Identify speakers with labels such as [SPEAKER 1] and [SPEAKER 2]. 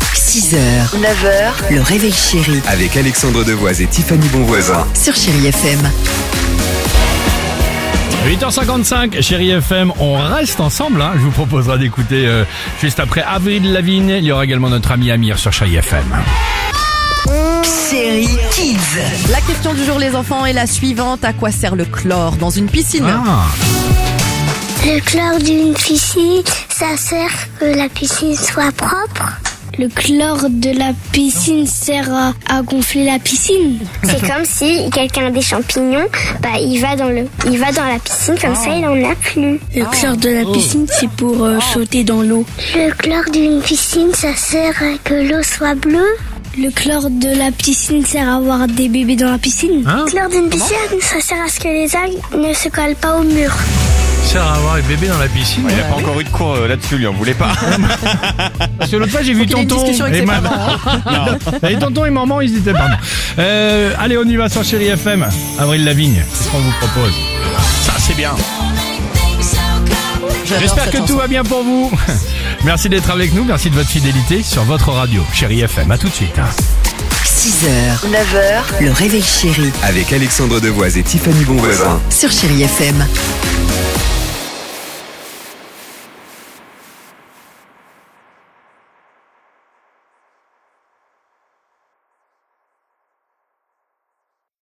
[SPEAKER 1] 6h, 9h, le réveil chéri
[SPEAKER 2] Avec Alexandre Devoise et Tiffany Bonvoisin.
[SPEAKER 1] sur Chéri FM.
[SPEAKER 3] 8h55, chérie FM, on reste ensemble. hein. Je vous proposerai d'écouter euh, juste après Avril Lavigne. Il y aura également notre ami Amir sur chérie FM.
[SPEAKER 1] Chéri Kids.
[SPEAKER 4] La question du jour, les enfants, est la suivante. À quoi sert le chlore dans une piscine
[SPEAKER 3] Ah,
[SPEAKER 5] Le chlore d'une piscine, ça sert que la piscine soit propre. Le chlore de la piscine sert à, à gonfler la piscine. C'est comme si quelqu'un a des champignons, bah il va dans le, il va dans la piscine comme ça il en a plus.
[SPEAKER 6] Le chlore de la piscine, c'est pour euh, sauter dans l'eau.
[SPEAKER 5] Le chlore d'une piscine, ça sert à que l'eau soit bleue.
[SPEAKER 6] Le chlore de la piscine sert à avoir des bébés dans la piscine.
[SPEAKER 3] hein
[SPEAKER 5] Le chlore d'une piscine, ça sert à ce que les algues ne se collent pas au mur.
[SPEAKER 3] Sert à avoir les bébés dans la piscine.
[SPEAKER 7] Il n'y a pas encore eu de cours euh, là-dessus, lui, on voulait pas.
[SPEAKER 3] Parce que l'autre fois, j'ai vu
[SPEAKER 4] qu'il ait une
[SPEAKER 3] tonton
[SPEAKER 4] discussion avec
[SPEAKER 3] et
[SPEAKER 4] ses hein.
[SPEAKER 3] maman. et tonton et maman, ils étaient pas. Euh, allez, on y va sur chérie FM. Avril Lavigne, c'est ce qu'on vous propose.
[SPEAKER 7] Ça, c'est bien.
[SPEAKER 4] J'adore
[SPEAKER 3] J'espère
[SPEAKER 4] cette
[SPEAKER 3] que
[SPEAKER 4] chanson.
[SPEAKER 3] tout va bien pour vous. Merci d'être avec nous, merci de votre fidélité sur votre radio. Chérie FM, à tout de suite. hein.
[SPEAKER 1] 6h, 9h, le réveil chéri
[SPEAKER 2] Avec Alexandre Devoise et Tiffany Bonvoisin.
[SPEAKER 1] sur Chéri FM.